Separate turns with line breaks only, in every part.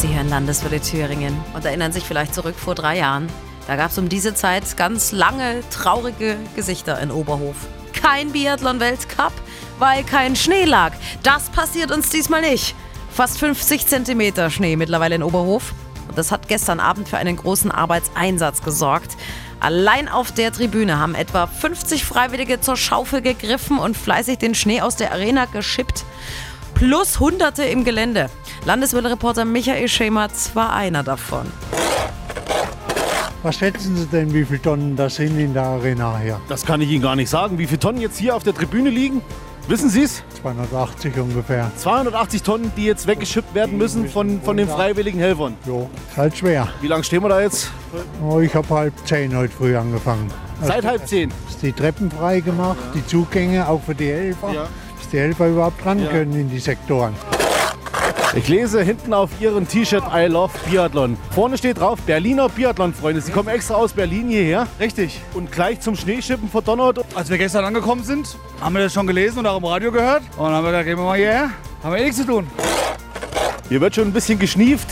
Sie hören Landeswelle Thüringen und erinnern sich vielleicht zurück vor drei Jahren. Da gab es um diese Zeit ganz lange, traurige Gesichter in Oberhof. Kein Biathlon-Weltcup, weil kein Schnee lag. Das passiert uns diesmal nicht. Fast 50 Zentimeter Schnee mittlerweile in Oberhof. Und das hat gestern Abend für einen großen Arbeitseinsatz gesorgt. Allein auf der Tribüne haben etwa 50 Freiwillige zur Schaufel gegriffen und fleißig den Schnee aus der Arena geschippt. Plus Hunderte im Gelände. Landeswelle-Reporter Michael Schematz war einer davon.
Was schätzen Sie denn, wie viele Tonnen das sind in der Arena hier?
Das kann ich Ihnen gar nicht sagen. Wie viele Tonnen jetzt hier auf der Tribüne liegen? Wissen Sie es?
280 ungefähr.
280 Tonnen, die jetzt weggeschippt werden müssen von, von den freiwilligen Helfern.
Jo, ist halt schwer.
Wie lange stehen wir da jetzt?
Oh, ich habe halb zehn heute früh angefangen.
Seit halb zehn.
Ist die Treppen frei gemacht, die Zugänge auch für die Helfer.
Ja.
Dass die Helfer überhaupt ran
Ja.
können in die Sektoren.
Ich lese hinten auf Ihrem T-Shirt I love Biathlon. Vorne steht drauf Berliner Biathlon-Freunde. Sie kommen extra aus Berlin hierher
Richtig.
und gleich zum Schneeschippen verdonnert.
Als wir gestern angekommen sind, haben wir das schon gelesen und auch im Radio gehört. Und dann haben wir gedacht, gehen wir mal hierher. Haben wir eh nichts zu tun.
Hier wird schon ein bisschen geschnieft.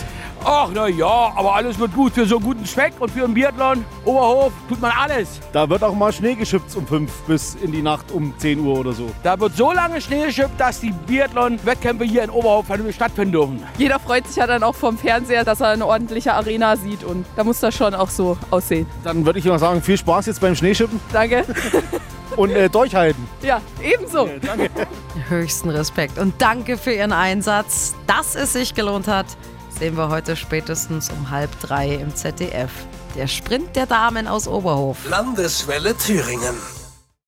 Ach, na ja, aber alles wird gut. Für so einen guten Zweck und für einen Biathlon, Oberhof, tut man alles.
Da wird auch mal Schnee geschippt um 5 bis in die Nacht um 10 Uhr oder so.
Da wird so lange Schnee geschippt, dass die Biathlon-Wettkämpfe hier in Oberhof vernünftig stattfinden dürfen.
jeder freut sich ja dann auch vom Fernseher, dass er eine ordentliche Arena sieht und da muss das schon auch so aussehen.
Dann würde ich mal sagen, viel Spaß jetzt beim Schneeschippen
Danke.
und äh, durchhalten.
Ja, ebenso.
Höchsten Respekt und danke für Ihren Einsatz. Dass es sich gelohnt hat, sehen wir heute spätestens um halb drei im ZDF. Der Sprint der Damen aus Oberhof.
Landeswelle Thüringen.